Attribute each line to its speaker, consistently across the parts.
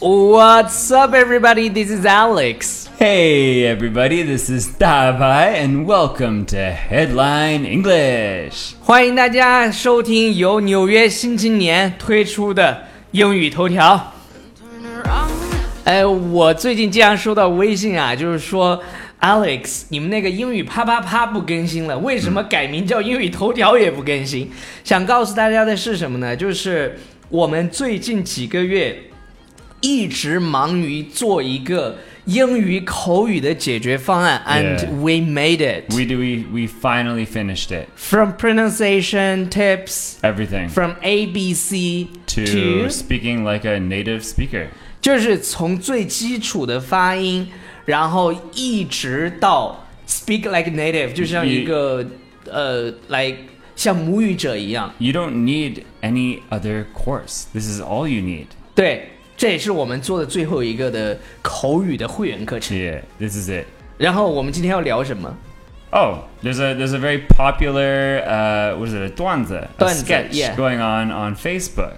Speaker 1: What's up, everybody? This is Alex.
Speaker 2: Hey everybody, this is Dabai and welcome to Headline English.
Speaker 1: 欢迎大家收听由纽约新青年推出的英语头条。哎，我最近经常收到微信啊，就是说，Alex，你们那个英语啪啪啪不更新了，为什么改名叫英语头条也不更新？想告诉大家的是什么呢？就是我们最近几个月一直忙于做一个英语口语的解决方案
Speaker 2: Yeah.
Speaker 1: and we made it
Speaker 2: We do we we finally finished it.
Speaker 1: from pronunciation tips
Speaker 2: Everything
Speaker 1: from A B C
Speaker 2: to,
Speaker 1: to
Speaker 2: speaking like a native speaker.
Speaker 1: 就是从最基础的发音，然后一直到 speak like native，就像一个呃，来像母语者一样。
Speaker 2: You don't need any other course. This is all you need.
Speaker 1: 对，这也是我们做的最后一个的口语的会员课程。
Speaker 2: Yeah, this is it.
Speaker 1: 然后我们今天要聊什么？
Speaker 2: Oh, there's a there's a very popular uh, what is it a duanze, a
Speaker 1: Duanze,
Speaker 2: sketch
Speaker 1: yeah.
Speaker 2: going on on Facebook.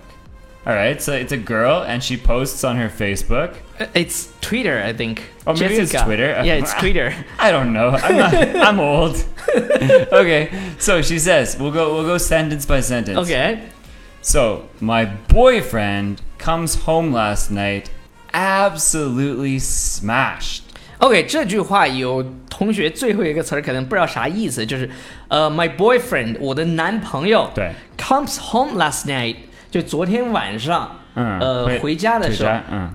Speaker 2: All right, so it's a girl and she posts on her Facebook.
Speaker 1: Uh, It's Twitter, I think.
Speaker 2: Oh, maybe it's
Speaker 1: Jessica.
Speaker 2: Twitter.
Speaker 1: Yeah, it's Twitter.
Speaker 2: I don't know. I'm not, I'm old. okay, so she says we'll go we'll go sentence by sentence.
Speaker 1: Okay.
Speaker 2: So my boyfriend comes home last night, absolutely smashed.
Speaker 1: OK，这句话有同学最后一个词儿可能不知道啥意思，就是呃、m y boyfriend，我的男朋友，
Speaker 2: 对
Speaker 1: ，comes home last night，就昨天晚上，
Speaker 2: 嗯
Speaker 1: 呃，
Speaker 2: 回
Speaker 1: 回家的时候
Speaker 2: 回家嗯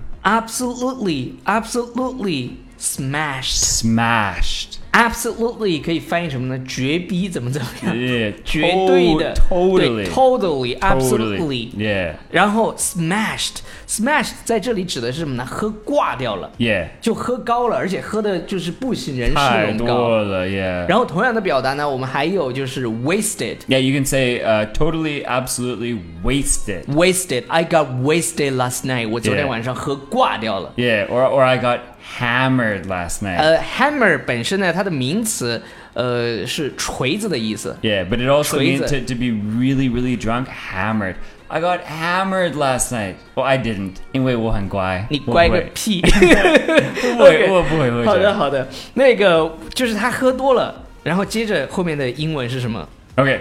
Speaker 1: ，absolutely，absolutely smashed，absolutely
Speaker 2: Smashed.
Speaker 1: 可以翻译什么呢？绝逼怎么怎么 样，
Speaker 2: Yeah.
Speaker 1: 绝对的
Speaker 2: to- totally.
Speaker 1: 对 totally，absolutely，
Speaker 2: Yeah.
Speaker 1: 然后 smashed，smashed 在这里指的是什么呢？喝挂掉了。
Speaker 2: Yeah.
Speaker 1: 就喝高了，而且喝的就是不省人事那种高。
Speaker 2: 太多了, yeah.
Speaker 1: 然后同样的表达呢，我们还有就是 wasted。
Speaker 2: Yeah, you can say uh, totally, absolutely wasted.
Speaker 1: Wasted, I got wasted last night. 我昨天
Speaker 2: Yeah.
Speaker 1: 晚上喝挂掉了。
Speaker 2: Yeah, or or I got hammered last night.
Speaker 1: 呃、h a m m e r 本身呢，它的名词呃是锤子的意思。
Speaker 2: Yeah, but it also
Speaker 1: Crazy.
Speaker 2: means to, to be really, really drunk, hammered. I got hammered last night. Well, I didn't. 因为我很乖。
Speaker 1: 你乖个
Speaker 2: 我不会。
Speaker 1: 屁！
Speaker 2: 我不 会-我不会，我不会这样。
Speaker 1: 好的，好的。那个就是他喝多了，然后接着后面的英文是什么？
Speaker 2: Okay.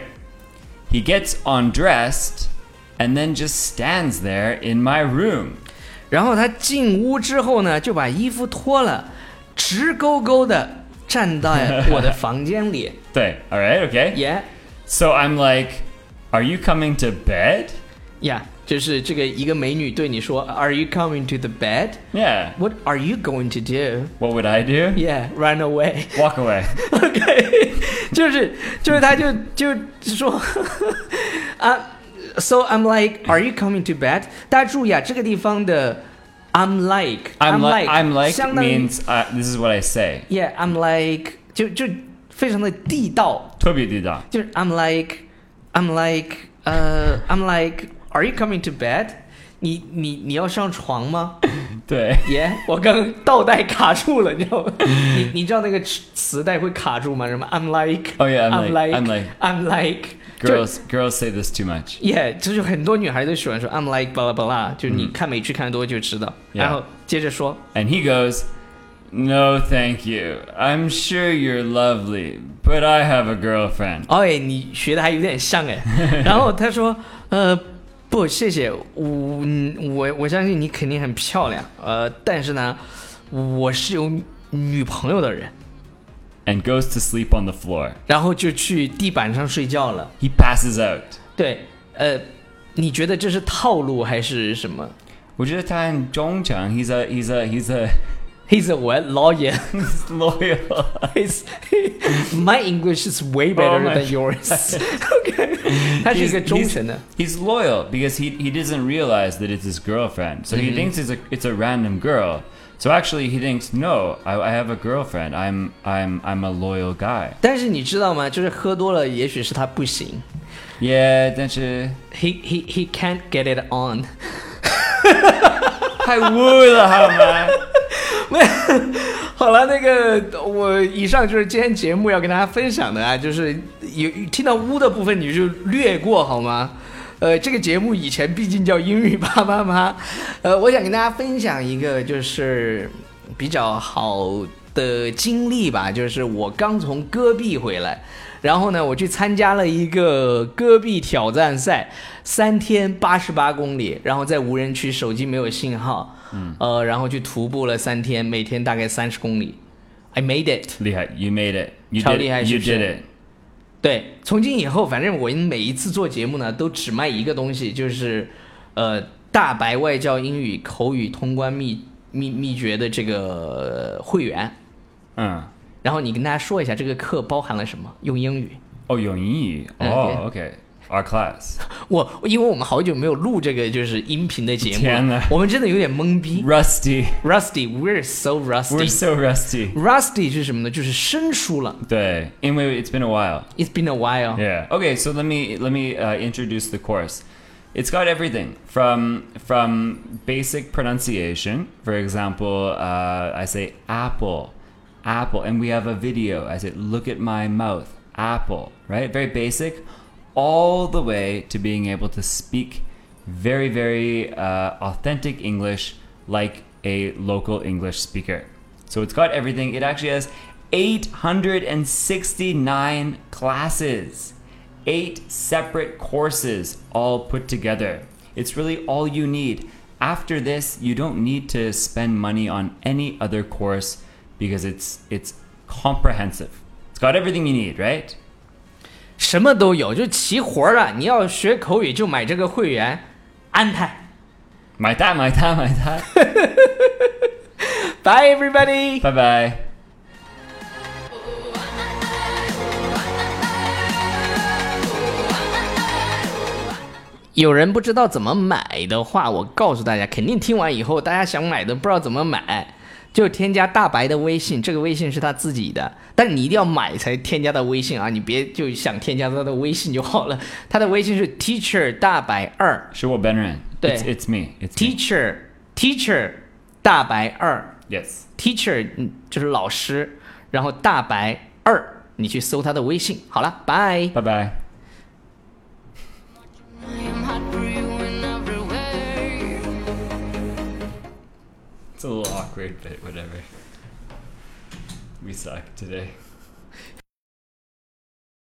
Speaker 2: He gets undressed and then just stands there in my room.
Speaker 1: 然后他进屋之后呢，就把衣服脱了，直勾勾的站在我的房间里。
Speaker 2: 对, all right, okay.
Speaker 1: Yeah,
Speaker 2: So I'm like, are you coming to bed?
Speaker 1: yeah，就是这个一个美女对你说，Are you coming to the bed?
Speaker 2: Yeah.
Speaker 1: What are you going to do?
Speaker 2: What would I do?
Speaker 1: Yeah, run away.
Speaker 2: Walk away.
Speaker 1: OK，就是就是他就就说 啊、s o I'm like, are you coming to bed? 大家注意啊，这个地方的 I'm like,
Speaker 2: I'm, like, I'm like
Speaker 1: 相当于
Speaker 2: means uh, this is what I say.
Speaker 1: Yeah, I'm like 就就非常的地道，
Speaker 2: 特别地道。
Speaker 1: 就是 I'm like, I'm like，呃、i m like, are you coming to bed? 你你你要上床吗？
Speaker 2: 对。
Speaker 1: 耶、我刚倒带卡住了，你知道 吗？你你知道那个磁磁带会卡住吗？什么 I'm like，
Speaker 2: Oh yeah, I'm
Speaker 1: like,
Speaker 2: like-
Speaker 1: I'm
Speaker 2: I'm like
Speaker 1: I'm like，就
Speaker 2: Girls, girls say this too much.
Speaker 1: 耶，这就很多女孩都喜欢说 I'm like 巴拉巴拉，就是你看美剧看的多就知道。
Speaker 2: 嗯 Yeah
Speaker 1: 然后接着说
Speaker 2: And he goes, No, thank you. I'm sure you're lovely, but I have a girlfriend.
Speaker 1: 哦哎，你学的还有点像 哎。然后他说，呃，不，谢谢，我嗯我我相信你肯定很漂亮，呃，但是呢，我是有女朋友的人，
Speaker 2: And goes to sleep on the floor.
Speaker 1: 然后就去地板上睡觉了。
Speaker 2: He passes out.
Speaker 1: 对，呃，你觉得这是套路还是什么
Speaker 2: 我觉得他很忠诚, He's a he's a he's a
Speaker 1: ？He's a what lawyer?
Speaker 2: he's loyal.
Speaker 1: He's my English is way better
Speaker 2: Oh my
Speaker 1: than yours. OK，他是一
Speaker 2: He's-
Speaker 1: 个忠
Speaker 2: he's-
Speaker 1: 诚的。
Speaker 2: He's loyal because he he doesn't realize that it's his girlfriend. So he thinks it's a it's a random girl. So actually he thinks, No, I, I have a girlfriend. I'm I'm I'm a loyal guy.
Speaker 1: 但是你知道吗？就是喝多了，也许是他不行。
Speaker 2: Yeah, 但是
Speaker 1: He he he can't get it on。
Speaker 2: 太污了好吗？
Speaker 1: 好了，那个我以上就是今天节目要跟大家分享的啊，就是有听到“污”的部分你就略过好吗？呃，这个节目以前毕竟叫英语啪啪啪，呃，我想跟大家分享一个就是比较好的经历吧，就是我刚从戈壁回来，然后呢，我去参加了一个戈壁挑战赛，三天八十八公里，然后在无人区，手机没有信号，嗯，呃，然后去徒步了三天，每天大概三十公里，I made it。
Speaker 2: 厉害, you made it. You
Speaker 1: 超
Speaker 2: did
Speaker 1: 厉害
Speaker 2: it. You
Speaker 1: 是不是？
Speaker 2: did it.
Speaker 1: 对，从今以后，反正我每一次做节目呢，都只卖一个东西，就是，呃，大白外教英语口语通关秘秘秘诀的这个呃会员。
Speaker 2: Uh.
Speaker 1: 然后你跟大家说一下这个课包含了什么，用英语。
Speaker 2: Oh, 有英语. Oh,
Speaker 1: Okay.
Speaker 2: okay. Our class.
Speaker 1: 我因为我们好久没有录这个就是音频的节目了，
Speaker 2: 天哪
Speaker 1: 我们真的有点懵逼。
Speaker 2: Rusty.
Speaker 1: Rusty，we're so
Speaker 2: We're
Speaker 1: rusty。
Speaker 2: so rusty.
Speaker 1: Rusty 是什么呢？就是生疏了。
Speaker 2: 对，因为 it's been a while.
Speaker 1: It's been a while。
Speaker 2: Yeah. Okay, so let me let me uh, introduce the course. It's got everything from from basic pronunciation. For example, uh, I say apple, apple, and we have a video. I say, look at my mouth, apple. Right, very basic, all the way to being able to speak very very uh, authentic English like a local English speaker. So it's got everything. It actually has 869 classes, eight separate courses all put together. It's really all you need. After this, you don't need to spend money on any other course because it's it's comprehensive. It's got everything you need, right?
Speaker 1: 什么都有，就齐活儿了。你要学口语就买这个会员，安泰。
Speaker 2: My that, my that, my that.
Speaker 1: Bye everybody。
Speaker 2: bye bye.
Speaker 3: Ooh,
Speaker 1: 有人不知道怎么买的话，我告诉大家，肯定听完以后，大家想买的不知道怎么买，就添加大白的微信，这个微信是他自己的，但你一定要买才添加的微信啊，你别就想添加他的微信就好了。他的微信是 teacher 大白二
Speaker 2: Sure, Benren. It's,
Speaker 1: 对。
Speaker 2: it's me. It's me.
Speaker 1: ，teacher teacher 大白二
Speaker 2: Yes.
Speaker 1: ，teacher 嗯就是老师，然后大白二，你去搜他的微信。好了，拜。
Speaker 2: Bye bye.
Speaker 3: I am hot for you in every way.
Speaker 2: It's a little awkward, but whatever. We suck today.